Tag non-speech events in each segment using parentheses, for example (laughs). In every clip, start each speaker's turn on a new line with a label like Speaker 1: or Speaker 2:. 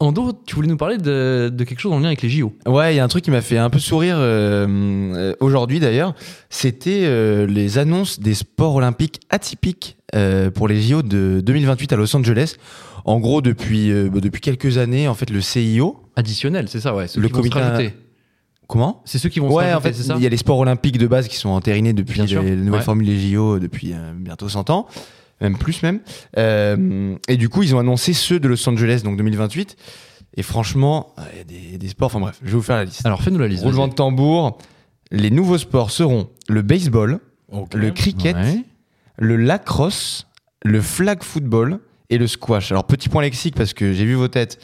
Speaker 1: Ando, tu voulais nous parler de, de quelque chose en lien avec les JO.
Speaker 2: Ouais, il y a un truc qui m'a fait un peu sourire euh, euh, aujourd'hui d'ailleurs. C'était euh, les annonces des sports olympiques atypiques euh, pour les JO de 2028 à Los Angeles. En gros, depuis, euh, bah, depuis quelques années, en fait, le CIO,
Speaker 1: Additionnel, c'est ça, ouais. Ceux
Speaker 2: Le
Speaker 1: qui vont se
Speaker 2: comité-
Speaker 1: rajouter.
Speaker 2: comment
Speaker 1: C'est ceux qui vont se
Speaker 2: Ouais, en
Speaker 1: rajouter,
Speaker 2: fait,
Speaker 1: c'est ça
Speaker 2: il y a les sports olympiques de base qui sont entérinés depuis
Speaker 1: Bien
Speaker 2: les,
Speaker 1: sûr,
Speaker 2: les nouvelles
Speaker 1: ouais.
Speaker 2: formules des JO depuis euh, bientôt 100 ans, même plus même. Euh, et du coup, ils ont annoncé ceux de Los Angeles, donc 2028. Et franchement, euh, il y a des, des sports, enfin bref, je vais vous faire la liste.
Speaker 1: Alors fais-nous la liste.
Speaker 2: Roulement
Speaker 1: vas-y.
Speaker 2: de tambour, les nouveaux sports seront le baseball, le cricket,
Speaker 1: Ouais.
Speaker 2: le lacrosse, le flag football et le squash. Alors petit point lexique parce que j'ai vu vos têtes.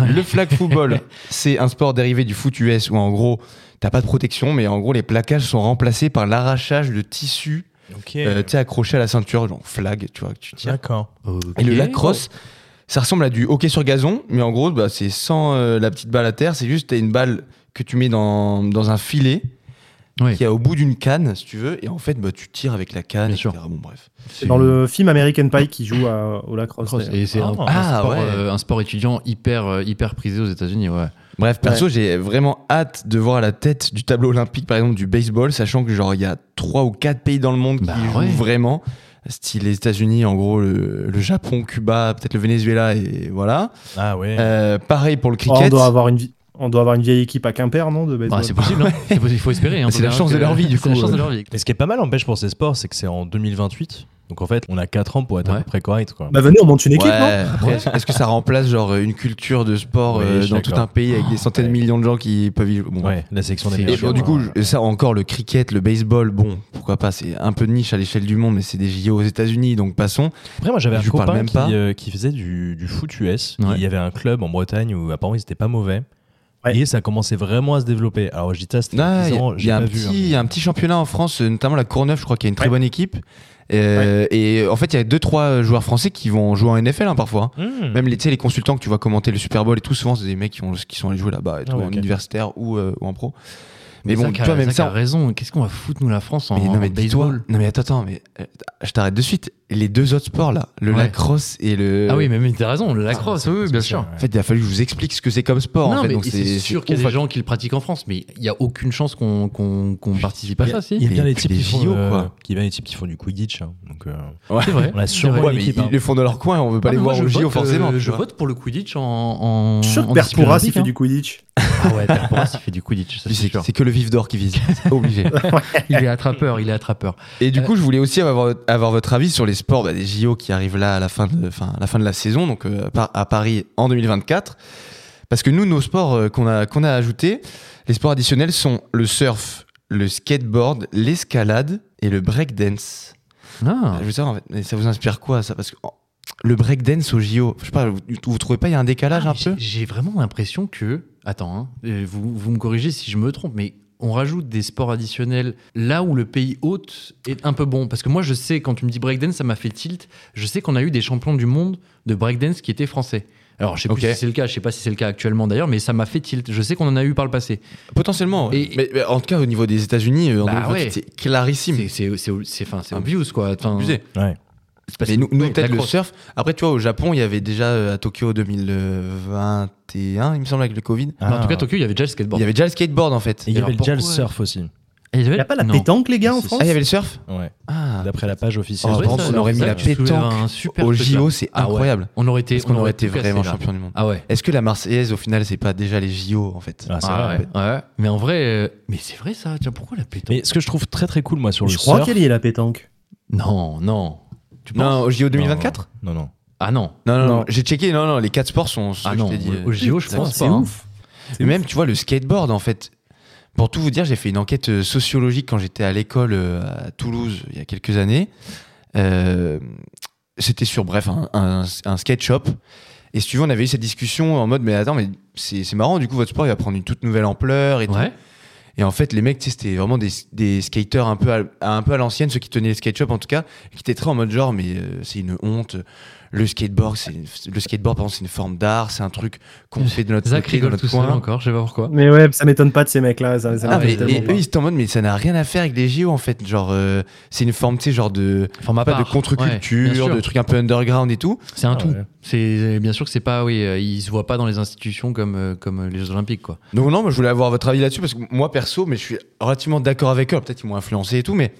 Speaker 3: Mm.
Speaker 2: Le flag football, c'est un sport dérivé du foot US où en gros, t'as pas de protection, mais en gros, les plaquages sont remplacés par l'arrachage de tissu,
Speaker 3: Ok.
Speaker 2: euh, tu sais, accroché à la ceinture, genre flag, tu vois, que tu tiens.
Speaker 3: D'accord.
Speaker 2: Et le
Speaker 1: Ok.
Speaker 2: lacrosse, ça ressemble à du hockey sur gazon, mais en gros, bah, c'est sans euh, la petite balle à terre, c'est juste t'as une balle que tu mets dans, dans un filet
Speaker 1: Oui.
Speaker 2: qui est au bout d'une canne, si tu veux, et en fait, bah, tu tires avec la canne,
Speaker 1: Bien
Speaker 2: etc.
Speaker 1: sûr.
Speaker 2: Bon, bref.
Speaker 1: C'est-
Speaker 4: C'est dans le film American Pie qui joue à- au lacrosse.
Speaker 1: Cross.
Speaker 4: d'ailleurs.
Speaker 1: Et c'est un,
Speaker 3: Ah,
Speaker 1: un
Speaker 2: ah
Speaker 1: sport,
Speaker 2: ouais.
Speaker 1: euh, un sport étudiant hyper, euh, hyper prisé aux États-Unis. Ouais.
Speaker 2: Bref, perso, j'ai vraiment hâte de voir la tête du tableau olympique, par exemple, du baseball, sachant que genre il y a trois ou quatre pays dans le monde qui
Speaker 1: Bah
Speaker 2: jouent
Speaker 1: ouais.
Speaker 2: vraiment. Style les États-Unis, en gros, le, le Japon, Cuba, peut-être le Venezuela, et voilà.
Speaker 3: Ah ouais.
Speaker 2: Euh, pareil pour le
Speaker 4: Oh, on,
Speaker 2: cricket.
Speaker 4: doit avoir une vie- on doit avoir une vieille équipe à Quimper, non de baseball
Speaker 1: Bah, c'est possible,
Speaker 2: (laughs)
Speaker 1: hein. C'est possible, il faut espérer. hein.
Speaker 2: C'est la
Speaker 1: Faut
Speaker 2: chance
Speaker 1: dire
Speaker 2: de leur
Speaker 1: que-
Speaker 2: vie, du
Speaker 1: C'est la
Speaker 2: coup. euh.
Speaker 1: chance de leur vie.
Speaker 3: Mais ce qui est pas mal, empêche pour ces sports, c'est que c'est en 2028. Donc en fait, on a 4 ans pour être à
Speaker 1: Ouais.
Speaker 3: peu près correct. Quoi.
Speaker 4: Bah venez, on monte une équipe,
Speaker 2: Ouais,
Speaker 4: non
Speaker 2: après, est-ce- Est-ce que ça remplace genre une culture de sport
Speaker 3: Oui,
Speaker 2: euh,
Speaker 3: je suis
Speaker 2: dans tout
Speaker 3: d'accord.
Speaker 2: un pays avec des centaines de
Speaker 3: Ouais.
Speaker 2: millions de gens qui peuvent y jouer Bon,
Speaker 3: ouais, la sélection des
Speaker 1: C'est
Speaker 2: Et
Speaker 3: meilleurs
Speaker 2: bon,
Speaker 1: sûr,
Speaker 2: du coup,
Speaker 3: joueurs.
Speaker 2: je- ça encore, le cricket, le baseball, bon, pourquoi pas, c'est un peu de niche à l'échelle du monde, mais c'est des JO aux États-Unis, donc passons.
Speaker 3: Après, moi j'avais un
Speaker 2: je vous parle
Speaker 3: copain
Speaker 2: même
Speaker 3: qui,
Speaker 2: pas.
Speaker 3: euh, qui faisait du, du foot US.
Speaker 1: Ouais.
Speaker 3: Il y avait un club en Bretagne où apparemment ils étaient pas mauvais.
Speaker 4: Ouais.
Speaker 3: Et ça commençait vraiment à se développer. Alors je dis ça, c'était il y a
Speaker 2: Ah,
Speaker 3: 10 ans,
Speaker 2: Il y,
Speaker 3: j'ai
Speaker 2: a
Speaker 3: pas
Speaker 2: un
Speaker 3: vu.
Speaker 2: petit-
Speaker 3: hein.
Speaker 2: il y a un petit championnat en France, euh, notamment la Courneuve, je crois qu'il y a une très
Speaker 4: Ouais.
Speaker 2: bonne équipe. Euh, Et en fait, il y a deux trois joueurs français qui vont jouer en NFL hein, parfois.
Speaker 3: Hmm.
Speaker 2: Même les, tu sais, les consultants que tu vois commenter le Super Bowl et tout, souvent, c'est des mecs qui, ont, qui sont allés jouer là-bas, et tout,
Speaker 3: Ah ouais,
Speaker 2: en
Speaker 3: ok.
Speaker 2: universitaire ou, euh, ou en pro. Mais, bon,
Speaker 1: Zach a-
Speaker 2: toi, même
Speaker 1: Zach
Speaker 2: ça.
Speaker 1: a raison. Qu'est-ce qu'on va foutre, nous, la France, en,
Speaker 2: Mais non,
Speaker 1: en
Speaker 2: mais dis-toi-
Speaker 1: baseball
Speaker 2: non, mais attends, attends, mais euh, je t'arrête de suite. Les deux autres sports là, le
Speaker 1: Ouais.
Speaker 2: lacrosse et le.
Speaker 1: Ah oui, mais, mais t'as raison, le lacrosse, oui, oui, bien sûr.
Speaker 2: En fait, il a fallu que je vous explique ce que c'est comme sport. en
Speaker 1: non,
Speaker 2: fait,
Speaker 1: mais
Speaker 2: donc
Speaker 1: c'est sûr qu'il y a des
Speaker 2: ouf,
Speaker 1: gens qui le pratiquent en France, mais il n'y a aucune chance qu'on qu'on- qu'on participe à
Speaker 3: Il y a-
Speaker 1: ça, si.
Speaker 3: Il y a bien
Speaker 2: Mais
Speaker 3: les
Speaker 2: puis
Speaker 3: types
Speaker 2: les
Speaker 3: qui font,
Speaker 2: JO,
Speaker 3: euh,
Speaker 2: quoi.
Speaker 3: qui- il y a bien les types qui font du Quidditch. hein. Donc euh,
Speaker 1: C'est vrai.
Speaker 3: on a
Speaker 2: Ouais,
Speaker 3: sûrement
Speaker 2: mais
Speaker 3: l'équipe.
Speaker 2: ils
Speaker 3: hein.
Speaker 2: le font dans leur coin, on veut pas
Speaker 1: Ah,
Speaker 2: les
Speaker 1: mais
Speaker 2: voir
Speaker 1: moi,
Speaker 2: au
Speaker 1: je
Speaker 2: JO
Speaker 1: vote, euh,
Speaker 2: forcément. tu
Speaker 1: je
Speaker 2: vois.
Speaker 1: vote pour le Quidditch en. en
Speaker 4: Je suis sûr que
Speaker 1: en
Speaker 4: Perpouras, il
Speaker 1: discipline
Speaker 4: fait du
Speaker 1: olympique,
Speaker 4: Quidditch.
Speaker 1: hein. Ah ouais, Perpouras,
Speaker 2: (laughs)
Speaker 1: il fait du Quidditch, ça,
Speaker 2: Lui,
Speaker 1: c'est
Speaker 2: C'est
Speaker 1: sûr.
Speaker 2: c'est que le vif d'or
Speaker 1: (laughs)
Speaker 2: qui vise, c'est obligé.
Speaker 1: Il est attrapeur, il est attrapeur.
Speaker 2: Et du
Speaker 1: Euh,
Speaker 2: coup, je voulais aussi avoir, avoir votre avis sur les sports bah, des JO qui arrivent là à la fin de, fin, à la, fin de la saison, donc euh, à Par- à Paris en 2024. Parce que nous, nos sports euh, qu'on a, qu'on a ajoutés, les sports additionnels sont le surf, le skateboard, l'escalade et le breakdance.
Speaker 1: Ah,
Speaker 2: Je veux savoir, en fait, mais ça vous inspire quoi ça Parce que oh, le breakdance aux JO, je sais pas, vous, vous trouvez pas il y a un décalage
Speaker 1: Ah,
Speaker 2: un
Speaker 1: mais
Speaker 2: peu
Speaker 1: j'ai- J'ai vraiment l'impression que. Attends, hein, euh, vous, vous me corrigez si je me trompe, mais on rajoute des sports additionnels là où le pays hôte est un peu bon. Parce que moi, je sais, quand tu me dis breakdance, ça m'a fait tilt. Je sais qu'on a eu des champions du monde de breakdance qui étaient français. Alors, je sais
Speaker 2: Ok.
Speaker 1: plus si c'est le cas, je sais pas si c'est le cas actuellement d'ailleurs, mais ça m'a fait tilt. Je sais qu'on en a eu par le passé.
Speaker 2: Potentiellement. ouais.
Speaker 1: Et-
Speaker 2: mais, mais en tout cas, au niveau des États-Unis, euh, en
Speaker 1: Bah
Speaker 2: 2028,
Speaker 1: ouais.
Speaker 2: c'est clarissime.
Speaker 1: C'est c'est- c'est- c'est- enfin, c'est obvious, quoi. Enfin,
Speaker 2: Ah, abusé.
Speaker 3: Ouais.
Speaker 1: c'est parce
Speaker 2: Mais
Speaker 1: que-
Speaker 2: nous, nous,
Speaker 1: ouais,
Speaker 2: peut-être
Speaker 1: la
Speaker 2: le
Speaker 1: grosse-
Speaker 2: surf. Après, tu vois, au Japon, il y avait déjà euh, à Tokyo 2021, il me semble, avec le Covid.
Speaker 1: Mais En tout
Speaker 3: Ah.
Speaker 1: cas, Tokyo, il y avait déjà le
Speaker 2: Il
Speaker 1: skateboard.
Speaker 2: y avait déjà le skateboard en fait.
Speaker 3: Et il y
Speaker 1: alors
Speaker 3: avait déjà le
Speaker 1: pourquoi-
Speaker 3: surf aussi.
Speaker 1: Et il y avait-
Speaker 4: Il n'y a pas la
Speaker 1: Non.
Speaker 4: pétanque, les gars, en
Speaker 3: Si, si.
Speaker 4: France
Speaker 2: Ah, il y avait le surf
Speaker 3: Ouais.
Speaker 2: Ah,
Speaker 3: D'après la page
Speaker 1: C'est
Speaker 2: Oh,
Speaker 3: officielle.
Speaker 1: vrai,
Speaker 2: par contre,
Speaker 1: ça,
Speaker 2: on aurait mis
Speaker 1: ça,
Speaker 2: la
Speaker 1: tu soulèves
Speaker 2: pétanque
Speaker 1: un super
Speaker 2: au
Speaker 1: truc, là.
Speaker 2: JO, c'est
Speaker 1: Ah ouais.
Speaker 2: incroyable.
Speaker 1: On aurait été,
Speaker 2: Parce qu'on aurait été
Speaker 1: tout cassé,
Speaker 2: vraiment
Speaker 1: là.
Speaker 2: champion du monde.
Speaker 1: Ah ouais.
Speaker 2: Est-ce que la Marseillaise, au final, c'est pas déjà les JO en fait
Speaker 3: Ah, c'est
Speaker 1: Ah
Speaker 3: vrai.
Speaker 1: ouais, ouais. Mais en vrai, euh, mais c'est vrai ça. Tiens, pourquoi la pétanque
Speaker 3: Mais ce que je trouve très très cool moi sur
Speaker 4: Je
Speaker 3: le
Speaker 4: crois
Speaker 3: surf.
Speaker 4: qu'elle y est, la pétanque.
Speaker 1: Non, non. Tu penses
Speaker 2: Non, au JO 2024
Speaker 3: Non non.
Speaker 1: Ah non.
Speaker 2: Non, non, non.
Speaker 4: Non.
Speaker 2: J'ai checké, non, non, les quatre sports sont. ceux
Speaker 1: Ah
Speaker 2: que je
Speaker 1: non.
Speaker 2: t'ai dit.
Speaker 1: Au JO, je
Speaker 4: Putain,
Speaker 1: pense
Speaker 4: c'est
Speaker 1: pas. hein.
Speaker 4: ouf.
Speaker 2: Et même, tu vois, le skateboard, en fait. Pour tout vous dire, j'ai fait une enquête euh, sociologique quand j'étais à l'école euh, à Toulouse il y a quelques années. Euh, C'était sur, bref, un, un, un skate shop. Et si tu veux, on avait eu cette discussion en mode, mais attends, mais c'est c'est marrant, du coup, votre sport, il va prendre une toute nouvelle ampleur. Et, tout.
Speaker 1: hein. Ouais.
Speaker 2: et en fait, les mecs, tu sais, c'était vraiment des, des skateurs un peu à, à- un peu à l'ancienne, ceux qui tenaient les skate shops en tout cas, qui étaient très en mode genre, mais euh, c'est une honte, le skateboard, c'est une- le skateboard, par exemple, c'est une forme d'art, c'est un truc qu'on fait de notre
Speaker 1: Zach
Speaker 2: côté, dans
Speaker 1: rigole
Speaker 2: notre
Speaker 1: tout seul
Speaker 2: coin.
Speaker 1: encore, je sais pas pourquoi.
Speaker 4: Mais ouais, ça m'étonne pas de ces mecs-là. Ça, ça
Speaker 2: Ah,
Speaker 4: m'étonne
Speaker 2: mais- et
Speaker 4: tellement pas.
Speaker 2: eux ils sont en mode mais ça n'a rien à faire avec les JO en fait genre euh, c'est une forme tu sais genre de
Speaker 1: Format
Speaker 2: pas de
Speaker 1: part. Ouais, bien
Speaker 2: contre-culture
Speaker 1: sûr.
Speaker 2: de trucs un peu underground et tout
Speaker 1: C'est un
Speaker 3: Ah
Speaker 1: tout.
Speaker 3: ouais.
Speaker 1: C'est bien sûr que c'est pas, oui, euh, ils se voient pas dans les institutions comme euh, comme euh, les Jeux Olympiques, quoi.
Speaker 2: donc non mais je voulais avoir votre avis là-dessus parce que moi perso mais je suis relativement d'accord avec eux peut-être ils m'ont influencé et tout mais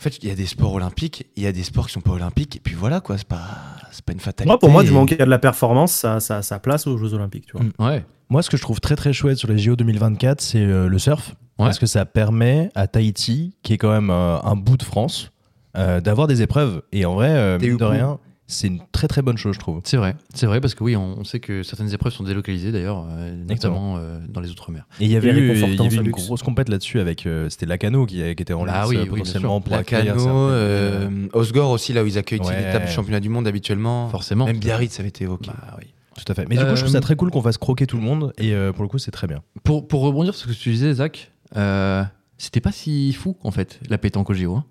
Speaker 2: en fait il y a des sports olympiques il y a des sports qui sont pas olympiques et puis voilà quoi c'est pas c'est pas une fatalité
Speaker 4: Moi, pour moi,
Speaker 2: Et-
Speaker 4: du moment qu'il y a de la performance, ça, ça, ça place aux Jeux Olympiques. Tu vois.
Speaker 3: Mm.
Speaker 1: Ouais.
Speaker 3: Moi, ce que je trouve très très chouette sur les JO 2024, c'est euh, le surf.
Speaker 1: Ouais.
Speaker 3: Parce que ça permet à Tahiti, qui est quand même euh, un bout de France, euh, d'avoir des épreuves. Et en vrai, euh,
Speaker 2: T'es
Speaker 3: mine
Speaker 2: où,
Speaker 3: de
Speaker 2: où
Speaker 3: rien, c'est une très très bonne chose, je trouve.
Speaker 1: C'est vrai, c'est vrai parce que oui, on, on sait que certaines épreuves sont délocalisées d'ailleurs, euh, notamment euh, dans les outre-mer.
Speaker 3: Et il y avait
Speaker 4: les
Speaker 3: eu, il y
Speaker 4: confortants,
Speaker 3: avait eu
Speaker 4: ça,
Speaker 3: une
Speaker 4: luxe.
Speaker 3: grosse compète là-dessus avec. euh, C'était Lacano qui, qui était en
Speaker 1: Bah
Speaker 3: lice
Speaker 1: oui,
Speaker 3: euh,
Speaker 1: oui, bien
Speaker 3: potentiellement pour accueillir
Speaker 2: Lacano
Speaker 3: certaines-
Speaker 2: euh, Osgore aussi là où ils accueillent tu sais, les
Speaker 3: Ouais.
Speaker 2: tables du championnat du monde habituellement
Speaker 1: Forcément.
Speaker 2: même Biarritz ça avait été évoqué
Speaker 1: Bah oui.
Speaker 3: Tout à fait. Mais du coup, je trouve
Speaker 1: Euh,
Speaker 3: ça très cool qu'on fasse croquer tout le monde. Et euh, pour le coup, c'est très bien.
Speaker 1: Pour pour rebondir sur ce que tu disais, Zach, euh, c'était pas si fou en fait la pétanque au JO. hein.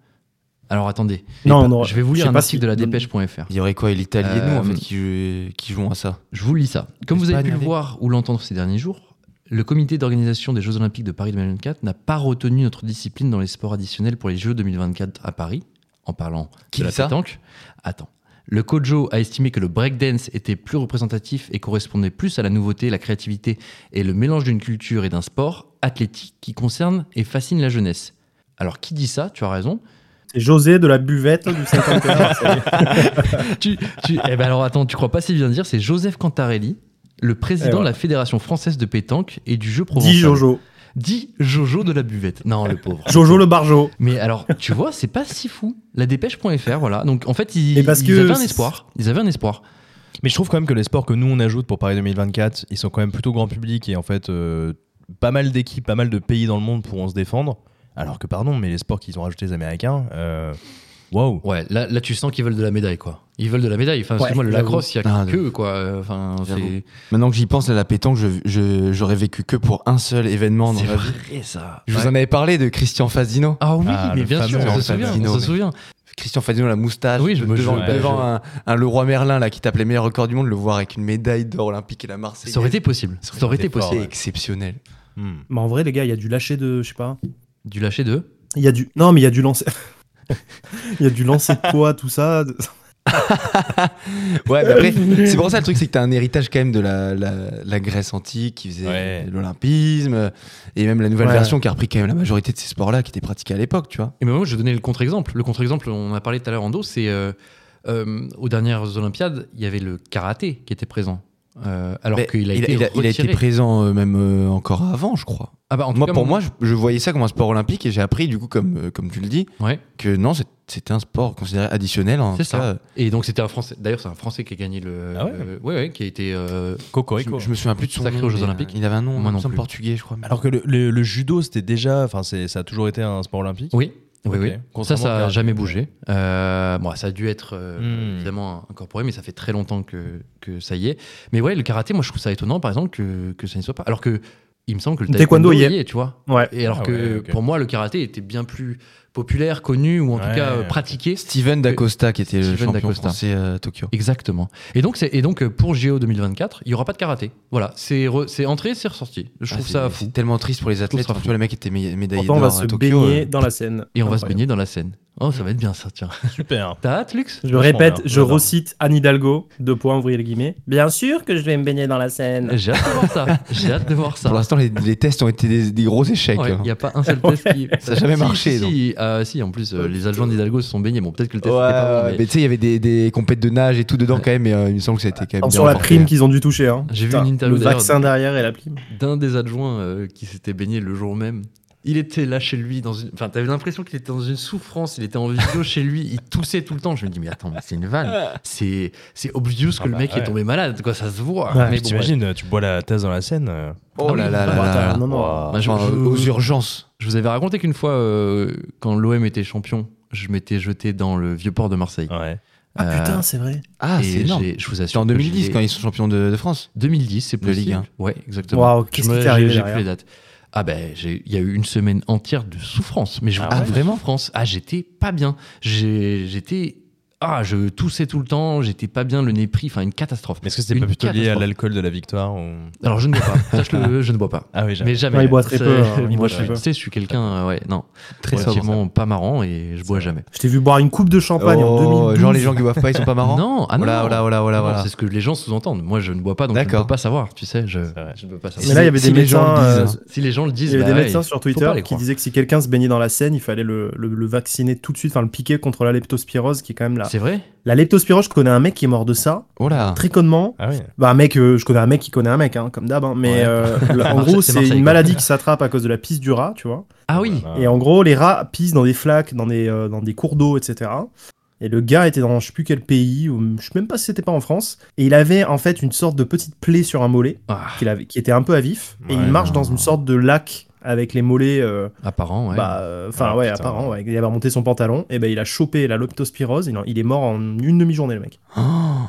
Speaker 1: Alors attendez,
Speaker 4: Non, non,
Speaker 1: je vais vous
Speaker 4: je
Speaker 1: lire
Speaker 4: sais
Speaker 1: un
Speaker 4: pas
Speaker 1: article
Speaker 4: si-
Speaker 1: de la dépêche.fr.
Speaker 2: il y aurait quoi et l'Italie et nous en
Speaker 1: Euh,
Speaker 2: fait qui, qui jouons à ça
Speaker 1: Je vous lis ça. Comme vous avez pu le
Speaker 2: Espagne, allez.
Speaker 1: voir ou l'entendre ces derniers jours, le comité d'organisation des Jeux Olympiques de Paris 2024 n'a pas retenu notre discipline dans les sports additionnels pour les Jeux 2024 à Paris, en parlant
Speaker 2: Qui
Speaker 1: de la
Speaker 2: dit ça
Speaker 1: pétanque. Attends. Le Kojo a estimé que le breakdance était plus représentatif et correspondait plus à la nouveauté, la créativité et le mélange d'une culture et d'un sport athlétique qui concerne et fascine la jeunesse. Alors qui dit ça Tu as raison.
Speaker 4: C'est José de la buvette du 51. ça y est.
Speaker 1: tu, tu- eh ben alors attends, tu crois pas si bien dire, c'est Joseph Cantarelli, le président
Speaker 4: Eh ouais.
Speaker 1: de la Fédération française de pétanque et du jeu provençal.
Speaker 4: Dis Jojo.
Speaker 1: Dit Jojo de la buvette. Non, le pauvre.
Speaker 4: Jojo le barjo.
Speaker 1: Mais alors, tu vois, c'est pas si fou. La dépêche.fr, voilà. Donc en fait, ils,
Speaker 4: Et parce
Speaker 1: ils
Speaker 4: que-
Speaker 1: avaient un espoir. Ils avaient un espoir.
Speaker 3: Mais je trouve quand même que les sports que nous on ajoute pour Paris 2024, ils sont quand même plutôt grand public et en fait euh, pas mal d'équipes, pas mal de pays dans le monde pourront se défendre. Alors que pardon, mais les sports qu'ils ont rajoutés les Américains, euh, waouh.
Speaker 1: Ouais, là, là tu sens qu'ils veulent de la médaille, quoi. Ils veulent de la médaille. Enfin,
Speaker 4: Ouais,
Speaker 1: excuse-moi, le
Speaker 4: j'avoue.
Speaker 1: lacrosse, il y a
Speaker 2: Ah,
Speaker 1: que eux, quoi. Enfin,
Speaker 2: J'avoue.
Speaker 1: c'est.
Speaker 2: Maintenant que j'y pense, là, la pétanque, je- je- j'aurais vécu que pour un seul événement dans
Speaker 1: C'est
Speaker 2: ma vie.
Speaker 1: vrai, ça.
Speaker 2: Je
Speaker 1: Ouais.
Speaker 2: vous en avais parlé de Christian Fazino.
Speaker 1: Ah oui,
Speaker 3: Ah,
Speaker 1: mais
Speaker 3: le
Speaker 1: bien sûr,
Speaker 3: fameux
Speaker 1: on se
Speaker 2: Jean-Fabien
Speaker 1: souvient.
Speaker 2: Dino,
Speaker 1: On se
Speaker 2: mais-
Speaker 1: souvient.
Speaker 2: Christian Fazino, la moustache.
Speaker 1: Oui, je me
Speaker 2: devant,
Speaker 1: jure, ouais,
Speaker 2: devant
Speaker 1: je-
Speaker 2: un, un Leroy Merlin là, qui tape les meilleurs records du monde, le voir avec une médaille d'or olympique et la Marseille.
Speaker 1: Ça aurait été possible. Ça aurait été
Speaker 2: C'est
Speaker 1: possible.
Speaker 2: exceptionnel.
Speaker 3: Hmm.
Speaker 4: Mais en vrai, les gars, il y a du lâcher de. Je sais pas.
Speaker 1: Du lâcher de.
Speaker 4: Il y a du. Non, mais il y a du lancer. (laughs) Il y a du lancer de poids, tout ça.
Speaker 2: Ouais, mais après, (laughs) c'est pour ça le truc, c'est que t'as un héritage quand même de la, la- la Grèce antique qui faisait
Speaker 3: Ouais.
Speaker 2: l'olympisme et même la nouvelle
Speaker 4: Ouais.
Speaker 2: version qui a repris quand même la majorité de ces sports-là qui étaient pratiqués à l'époque, tu vois.
Speaker 1: Et même moi, je vais donner le contre-exemple. Le contre-exemple, on en a parlé tout à l'heure en dos, c'est euh, euh, aux dernières Olympiades, il y avait le karaté qui était présent. Euh, alors
Speaker 2: Mais
Speaker 1: qu'il a, été
Speaker 2: il a- il a été
Speaker 1: retiré.
Speaker 2: présent euh, même euh, encore avant, je crois.
Speaker 1: Ah bah, en tout
Speaker 2: Moi,
Speaker 1: cas,
Speaker 2: pour moi, je, je voyais ça comme un sport olympique et j'ai appris, du coup, comme, euh, comme tu le dis,
Speaker 1: Ouais.
Speaker 2: que non, c'est- c'était un sport considéré additionnel. en
Speaker 1: C'est
Speaker 2: tout cas.
Speaker 1: Et donc c'était un Français. D'ailleurs, c'est un Français qui a gagné le.
Speaker 3: Ah ouais
Speaker 1: le- ouais, ouais, qui a été. euh,
Speaker 3: Cocorico.
Speaker 2: Je, je me souviens plus de son
Speaker 1: Sacré
Speaker 2: nom.
Speaker 1: aux Jeux
Speaker 2: mais, euh,
Speaker 1: Olympiques.
Speaker 2: Il avait un nom,
Speaker 1: Moi
Speaker 2: il me
Speaker 1: non
Speaker 2: semble,
Speaker 1: plus.
Speaker 2: portugais, je crois. mais-
Speaker 3: Alors que le, le- le judo, c'était déjà, enfin c'est- ça a toujours été un sport olympique.
Speaker 1: Oui. Oui,
Speaker 3: Ok.
Speaker 1: oui. Ça,
Speaker 3: Contrairement
Speaker 1: ça
Speaker 3: au
Speaker 1: n'a
Speaker 3: karaté.
Speaker 1: jamais bougé. Euh, bon, ça a dû être euh,
Speaker 3: Hmm.
Speaker 1: évidemment incorporé, mais ça fait très longtemps que, que ça y est. Mais ouais, le karaté, moi, je trouve ça étonnant, par exemple, que, que ça n'y soit pas. Alors que, il me semble que le
Speaker 4: Le
Speaker 1: taekwondo,
Speaker 4: taekwondo
Speaker 1: y
Speaker 4: y
Speaker 1: est,
Speaker 4: est.
Speaker 1: tu vois.
Speaker 4: Ouais.
Speaker 1: Et alors
Speaker 3: Ah
Speaker 1: que
Speaker 3: ouais, ok.
Speaker 1: pour moi, le karaté était bien plus populaire, connu ou en tout
Speaker 3: Ouais.
Speaker 1: cas euh, pratiqué.
Speaker 2: Steven Dacosta, qui était le
Speaker 1: Steven Da
Speaker 2: champion
Speaker 1: Costa.
Speaker 2: français euh, à Tokyo.
Speaker 1: Exactement. Et donc, c'est- et donc euh, pour JO 2024, il n'y aura pas de karaté. Voilà, c'est re- c'est entré, c'est ressorti. Je
Speaker 2: Ah,
Speaker 1: trouve
Speaker 2: c'est-
Speaker 1: ça
Speaker 2: c'est
Speaker 1: fou.
Speaker 2: tellement triste pour les athlètes.
Speaker 1: ça
Speaker 2: Enfin, tu vois, les mecs étaient mé- médaillés
Speaker 4: Pourtant, on va
Speaker 2: d'or
Speaker 4: se
Speaker 2: à Tokyo.
Speaker 4: baigner
Speaker 2: euh.
Speaker 4: dans la scène.
Speaker 1: Et on va se
Speaker 4: Incroyable.
Speaker 1: baigner dans la scène. Oh, ça va être bien ça, tiens.
Speaker 3: Super.
Speaker 1: T'as hâte, Lux
Speaker 4: Je répète,
Speaker 3: Franchement, bien.
Speaker 4: je
Speaker 3: J'adore.
Speaker 4: recite Anne Hidalgo, deux points, ouvrir les guillemets. Bien sûr que je vais me baigner dans la Seine.
Speaker 1: J'ai hâte de voir
Speaker 4: (laughs)
Speaker 1: ça. J'ai hâte de voir ça.
Speaker 2: Pour l'instant, les, les tests ont été des, des gros échecs.
Speaker 1: Il
Speaker 2: hein.
Speaker 1: n'y a pas
Speaker 2: (laughs)
Speaker 1: un seul test qui.
Speaker 2: Ça a jamais
Speaker 1: Si,
Speaker 2: marché,
Speaker 1: Si,
Speaker 2: donc.
Speaker 1: si, euh, si, en plus, euh, les adjoints d'Hidalgo se sont baignés. Bon, peut-être que le
Speaker 2: Ouais,
Speaker 1: test n'était pas bon,
Speaker 2: ouais,
Speaker 1: mais-
Speaker 2: mais tu sais, il y avait des, des compètes de nage et tout dedans quand même, mais euh, il me semble que ça a été quand même. bien
Speaker 4: Sur la
Speaker 2: remporté.
Speaker 4: prime qu'ils ont dû toucher. hein.
Speaker 1: J'ai vu
Speaker 4: Putain,
Speaker 1: une interview
Speaker 4: Le
Speaker 1: d'ailleurs
Speaker 4: vaccin derrière et la prime.
Speaker 1: d'un des adjoints euh, qui s'était baigné le jour même. Il était là chez lui, dans une... enfin, t'avais l'impression qu'il était dans une souffrance, il était en
Speaker 2: (laughs)
Speaker 1: vidéo chez lui, il toussait tout le temps. Je me dis, mais attends, mais c'est une vanne. C'est, c'est obvious que
Speaker 3: Ah
Speaker 1: le
Speaker 3: bah
Speaker 1: mec est
Speaker 3: ouais.
Speaker 1: tombé malade, quoi, ça se voit.
Speaker 4: Ouais,
Speaker 3: Ah, Mais
Speaker 1: mais bon, ouais.
Speaker 3: t'imagines, tu bois la tasse dans la Seine. euh,
Speaker 2: Oh là
Speaker 1: Ah
Speaker 2: là là là.
Speaker 4: Non, non.
Speaker 1: Bah, je-
Speaker 2: Enfin,
Speaker 1: je-
Speaker 2: Aux urgences.
Speaker 1: Je vous avais raconté qu'une fois, euh, quand l'OM était champion, je m'étais jeté dans le vieux port de Marseille.
Speaker 3: Ouais.
Speaker 4: Ah
Speaker 1: Euh,
Speaker 4: putain, c'est vrai.
Speaker 2: Ah,
Speaker 1: et
Speaker 2: c'est énorme.
Speaker 1: j'ai- Je vous
Speaker 2: C'était
Speaker 1: assure.
Speaker 2: en
Speaker 1: que
Speaker 2: 2010
Speaker 1: j'ai-
Speaker 2: quand ils sont champions de, de France.
Speaker 1: 2010, c'est
Speaker 2: De Ligue
Speaker 1: possible.
Speaker 2: un.
Speaker 1: Ouais, exactement.
Speaker 4: Waouh,
Speaker 1: Je
Speaker 4: qu'est-ce
Speaker 1: me-
Speaker 4: qui t'est
Speaker 1: j'ai-
Speaker 4: arrivé
Speaker 1: J'ai plus les
Speaker 4: derrière
Speaker 1: dates. Ah ben, j'ai- il y a eu une semaine entière de souffrance. Mais je vous
Speaker 3: Ah
Speaker 1: parle
Speaker 2: ouais
Speaker 1: de souffrance. Ah, j'étais pas bien. J'ai- J'étais ah, je toussais tout le temps, j'étais pas bien, le nez pris, enfin une catastrophe.
Speaker 3: Mais est-ce que c'est
Speaker 1: Une
Speaker 3: pas plutôt lié à
Speaker 1: catastrophe.
Speaker 3: l'alcool de la victoire ou-
Speaker 1: Alors je ne bois pas, sache-le, je ne bois pas.
Speaker 3: (laughs) Ah oui,
Speaker 1: Mais
Speaker 3: j'avais.
Speaker 1: jamais.
Speaker 4: Ouais, il boit très
Speaker 1: C'est-
Speaker 4: peu, hein,
Speaker 1: (laughs)
Speaker 4: il
Speaker 1: Moi,
Speaker 4: boit
Speaker 1: je
Speaker 4: très
Speaker 1: suis,
Speaker 4: peu.
Speaker 1: tu sais, je suis quelqu'un, euh, ouais, non,
Speaker 2: Très
Speaker 1: relativement pas marrant et je bois jamais.
Speaker 4: Je t'ai vu boire une coupe de champagne
Speaker 1: Oh,
Speaker 4: en 2012.
Speaker 2: Oh, Genre les gens qui boivent pas, ils sont pas marrants. Oh
Speaker 1: Non, ah non,
Speaker 2: voilà,
Speaker 1: non.
Speaker 2: voilà, voilà, voilà,
Speaker 1: Non,
Speaker 2: voilà.
Speaker 1: C'est ce que les gens sous-entendent. Moi, je ne bois pas, donc je ne
Speaker 2: D'accord.
Speaker 1: peux pas savoir. Tu sais, je,
Speaker 3: vrai.
Speaker 1: je ne peux pas
Speaker 4: Mais là,
Speaker 1: savoir.
Speaker 4: il y avait
Speaker 2: Si
Speaker 4: des
Speaker 2: les gens
Speaker 4: médecins,
Speaker 2: le
Speaker 4: euh,
Speaker 2: disent,
Speaker 1: Si les gens le disent,
Speaker 4: il y avait
Speaker 1: bah
Speaker 4: des
Speaker 1: ouais,
Speaker 4: médecins sur
Speaker 1: faut pas
Speaker 4: Twitter
Speaker 1: les
Speaker 4: qui
Speaker 1: croire.
Speaker 4: disaient que si quelqu'un se baignait dans la Seine, il fallait le, le- le vacciner tout de suite, enfin le piquer contre la leptospirose, qui est quand même la.
Speaker 1: C'est vrai.
Speaker 4: La leptospirose, je connais un mec qui est mort de ça,
Speaker 2: Oh là.
Speaker 4: très connement.
Speaker 3: Ah oui.
Speaker 4: Bah, un mec, euh, je connais un mec qui connaît un mec, hein, comme d'hab. hein. Mais
Speaker 1: Ouais. (laughs)
Speaker 4: euh, le- en
Speaker 1: Marseille-
Speaker 4: gros,
Speaker 1: c'est
Speaker 4: c'est
Speaker 1: Marseille,
Speaker 4: une
Speaker 1: quoi.
Speaker 4: maladie qui s'attrape à cause de la pisse du rat, tu vois.
Speaker 1: Ah oui.
Speaker 3: Voilà.
Speaker 4: Et en gros, les rats pissent dans des flaques, dans des, euh, dans des cours d'eau, etc. Et le gars était dans je sais plus quel pays, ou je sais même pas si c'était pas en France. Et il avait en fait une sorte de petite plaie sur un mollet
Speaker 1: Ah,
Speaker 4: qu'il avait, qui était un peu à vif. et
Speaker 3: Ouais,
Speaker 4: il marche
Speaker 3: non.
Speaker 4: dans une sorte de lac avec les mollets, euh,
Speaker 1: Ah, apparent, ouais.
Speaker 4: bah, euh, enfin
Speaker 3: Ah,
Speaker 4: ouais,
Speaker 3: putain.
Speaker 4: apparent. ouais. Il avait remonté son pantalon. Et ben il a chopé la leptospirose. Il, en- il est mort en une demi-journée le mec.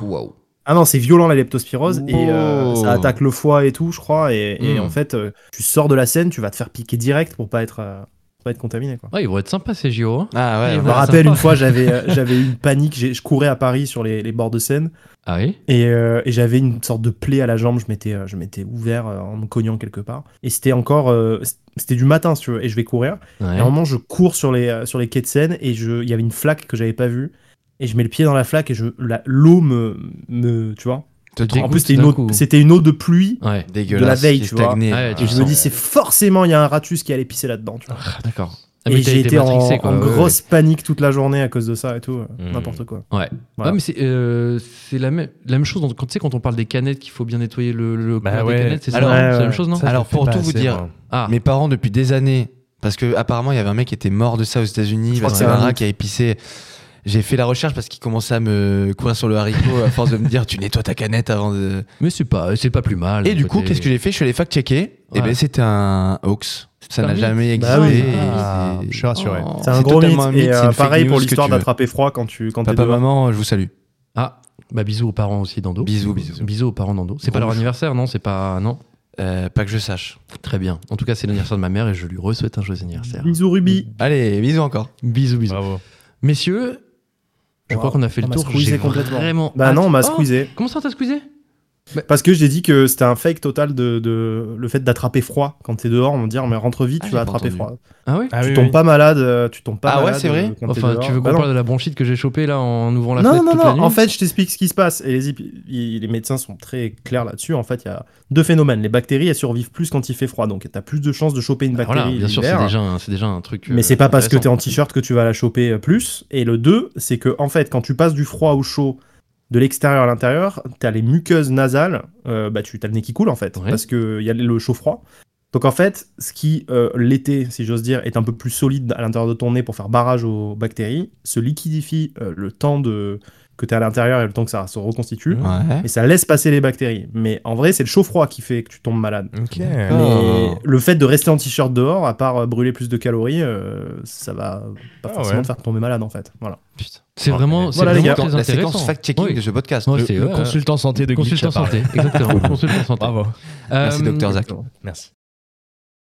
Speaker 1: Waouh.
Speaker 4: Ah non, c'est violent la leptospirose et euh,
Speaker 2: Oh.
Speaker 4: ça attaque le foie et tout, je crois. Et, et
Speaker 1: Mm.
Speaker 4: en fait, euh, tu sors de la scène, tu vas te faire piquer direct pour pas être, euh, pour pas être contaminé quoi.
Speaker 1: Ouais, ils vont être sympas ces JO. hein.
Speaker 2: Ah
Speaker 1: Et
Speaker 2: ouais.
Speaker 4: Je me
Speaker 1: Ouais,
Speaker 4: rappelle
Speaker 1: sympa.
Speaker 4: une fois, j'avais euh, j'avais eu une panique. j'ai- Je courais à Paris sur les, les bords de Seine
Speaker 1: Ah oui.
Speaker 4: et, euh, et j'avais une sorte de plaie à la jambe. Je m'étais euh, je m'étais ouvert euh, en me cognant quelque part. Et c'était encore euh, c'était du matin, si tu veux. Et je vais courir.
Speaker 1: Ouais.
Speaker 4: Et à un moment, je cours sur les euh, sur les quais de Seine et je il y avait une flaque que j'avais pas vue. Et je mets le pied dans la flaque et je la- l'eau me, me tu vois.
Speaker 2: Te
Speaker 1: En
Speaker 4: En
Speaker 1: Dégoûte
Speaker 4: plus, c'était une
Speaker 1: d'un
Speaker 4: eau-
Speaker 1: coup.
Speaker 4: c'était une eau de pluie.
Speaker 1: Ouais.
Speaker 2: dégueulasse.
Speaker 4: de la veille,
Speaker 2: t'es
Speaker 4: tu vois.
Speaker 2: stagné.
Speaker 1: Ouais, tu
Speaker 4: Et je me
Speaker 1: sens.
Speaker 4: dis, c'est forcément il y a un ratus qui allait pisser là-dedans. tu vois.
Speaker 1: Ah, D'accord. Ah, mais
Speaker 4: Et
Speaker 1: t'as
Speaker 4: j'ai été en,
Speaker 1: matrixé, quoi.
Speaker 4: en
Speaker 1: Ouais, ouais.
Speaker 4: grosse panique toute la journée à cause de ça et tout, euh,
Speaker 2: Hmm.
Speaker 3: Mm.
Speaker 4: n'importe quoi.
Speaker 2: Oh,
Speaker 1: Ouais.
Speaker 4: Voilà.
Speaker 1: Ouais, mais c'est euh, c'est la, même, la même chose. dans- Quand, tu sais, quand on parle des canettes, qu'il faut bien nettoyer le, le
Speaker 3: Bah
Speaker 1: coin
Speaker 3: ouais.
Speaker 1: des canettes, c'est ça,
Speaker 2: Alors,
Speaker 1: non C'est
Speaker 4: ouais,
Speaker 1: la même
Speaker 4: ouais.
Speaker 1: chose, non
Speaker 2: Ça, Alors, pour tout vous dire,
Speaker 3: hein.
Speaker 1: Ah,
Speaker 2: Mes parents depuis des années, parce que apparemment il y avait un mec qui était mort de ça aux États-Unis,
Speaker 4: Je crois
Speaker 2: parce
Speaker 4: que
Speaker 2: qu'il y
Speaker 4: c'est
Speaker 2: avait un
Speaker 4: un
Speaker 2: rat qui avait pissé. J'ai fait la recherche parce qu'il commençait à me courir sur le haricot à force de me dire tu nettoies ta canette avant de.
Speaker 1: mais c'est pas, c'est pas plus mal.
Speaker 2: Et du coup, qu'est-ce que j'ai fait Je suis allé fact-checker. Et
Speaker 1: Ouais.
Speaker 2: ben c'était un hoax. Ça
Speaker 1: un
Speaker 2: n'a
Speaker 1: mythe.
Speaker 2: jamais
Speaker 4: Bah
Speaker 2: existé.
Speaker 4: oui.
Speaker 2: et
Speaker 3: Ah,
Speaker 2: c'est-
Speaker 3: je suis rassuré.
Speaker 1: Oh.
Speaker 4: C'est un
Speaker 2: C'est
Speaker 4: gros mythe.
Speaker 2: totalement un mythe,
Speaker 4: Et euh,
Speaker 2: c'est une
Speaker 4: pareil
Speaker 2: fake
Speaker 4: pour
Speaker 2: news que
Speaker 4: l'histoire
Speaker 2: tu veux.
Speaker 4: d'attraper froid quand tu quand t'es
Speaker 2: Papa,
Speaker 4: dehors.
Speaker 2: maman, je vous salue.
Speaker 1: Ah, bah bisous aux parents aussi d'Ando.
Speaker 2: Bisous, bisous.
Speaker 1: Bisous aux parents d'Ando. C'est pas leur
Speaker 2: Rouge.
Speaker 1: anniversaire, non C'est pas. Non
Speaker 2: Euh, pas que je sache.
Speaker 1: Très bien. En tout cas, c'est l'anniversaire de ma mère et je lui re-souhaite un joyeux anniversaire.
Speaker 4: Bisous
Speaker 2: Hmm.
Speaker 4: Ruby.
Speaker 2: Allez, bisous encore.
Speaker 1: Bisous, bisous.
Speaker 3: Bravo.
Speaker 1: Messieurs, je
Speaker 4: Wow.
Speaker 1: crois qu'on a fait
Speaker 4: On
Speaker 1: le
Speaker 4: m'a
Speaker 1: tour.
Speaker 4: squeezé
Speaker 1: J'ai
Speaker 4: complètement.
Speaker 1: vraiment.
Speaker 2: Ah,
Speaker 4: Bah non, on m'a
Speaker 1: hâte- Oh,
Speaker 4: squeezé.
Speaker 1: Comment ça, t'as squeezé
Speaker 4: Parce que j'ai dit que c'était un fake total de, de- le fait d'attraper froid quand t'es dehors. On me dit mais rentre vite,
Speaker 2: Ah,
Speaker 4: tu
Speaker 2: j'ai
Speaker 4: vas
Speaker 2: pas
Speaker 4: attraper
Speaker 2: entendu.
Speaker 4: froid.
Speaker 1: Ah oui
Speaker 3: Ah
Speaker 4: tu
Speaker 3: oui,
Speaker 4: tombes
Speaker 3: oui.
Speaker 4: pas malade, euh, tu tombes pas
Speaker 2: Ah ouais,
Speaker 4: malade,
Speaker 2: c'est vrai
Speaker 4: euh, quand t'es
Speaker 1: Enfin,
Speaker 4: dehors.
Speaker 1: tu veux qu'on
Speaker 4: Bah non.
Speaker 1: parle de la bronchite que j'ai chopée là en ouvrant la
Speaker 4: non,
Speaker 1: fenêtre
Speaker 4: non,
Speaker 1: toute la
Speaker 4: non.
Speaker 1: nuit
Speaker 4: En fait, je t'explique ce qui se passe. Et les, ép- i- les médecins sont très clairs là-dessus. En fait, il y a deux phénomènes. Les bactéries, elles survivent plus quand il fait froid. Donc, t'as plus de chances de choper une
Speaker 1: Bah
Speaker 4: bactérie.
Speaker 1: Voilà, bien sûr, c'est
Speaker 4: l'hiver.
Speaker 1: déjà, un- c'est déjà un truc. euh,
Speaker 4: Mais c'est pas parce que t'es
Speaker 1: intéressant.
Speaker 4: en t-shirt que tu vas la choper euh, plus. Et le 2, c'est que, en fait, quand tu passes du froid au chaud, de l'extérieur à l'intérieur, t'as les muqueuses nasales, euh, bah, tu as le nez qui coule, en fait,
Speaker 1: Ouais.
Speaker 4: parce qu'il y a le chaud-froid. Donc, en fait, ce qui, euh, l'été, si j'ose dire, est un peu plus solide à l'intérieur de ton nez pour faire barrage aux bactéries, se liquidifie euh, le temps de... que t'es à l'intérieur et le temps que ça se reconstitue.
Speaker 2: Ouais.
Speaker 4: Et ça laisse passer les bactéries. Mais en vrai, c'est le chaud-froid qui fait que tu tombes malade.
Speaker 3: Ok.
Speaker 2: Ah.
Speaker 4: Mais le fait de rester en t-shirt dehors, à part euh, brûler plus de calories, euh, ça va pas
Speaker 3: Ah
Speaker 4: forcément
Speaker 3: ouais.
Speaker 4: te faire tomber malade en fait. Voilà.
Speaker 2: Putain.
Speaker 1: C'est
Speaker 3: Ah,
Speaker 1: vraiment,
Speaker 3: mais-
Speaker 1: c'est
Speaker 4: Voilà, les
Speaker 1: vraiment
Speaker 4: gars.
Speaker 1: très
Speaker 2: la
Speaker 1: intéressant.
Speaker 2: séquence fact-checking
Speaker 1: Oui.
Speaker 2: de ce podcast.
Speaker 1: Ouais,
Speaker 2: Le-
Speaker 1: c'est-
Speaker 3: Le
Speaker 1: ouais,
Speaker 3: consultant santé de Geek
Speaker 1: Consultant
Speaker 3: qui a parlé.
Speaker 2: (laughs)
Speaker 1: santé, exactement. consultant santé.
Speaker 3: Bravo.
Speaker 1: Euh,
Speaker 2: Merci, docteur Zach.
Speaker 3: Merci.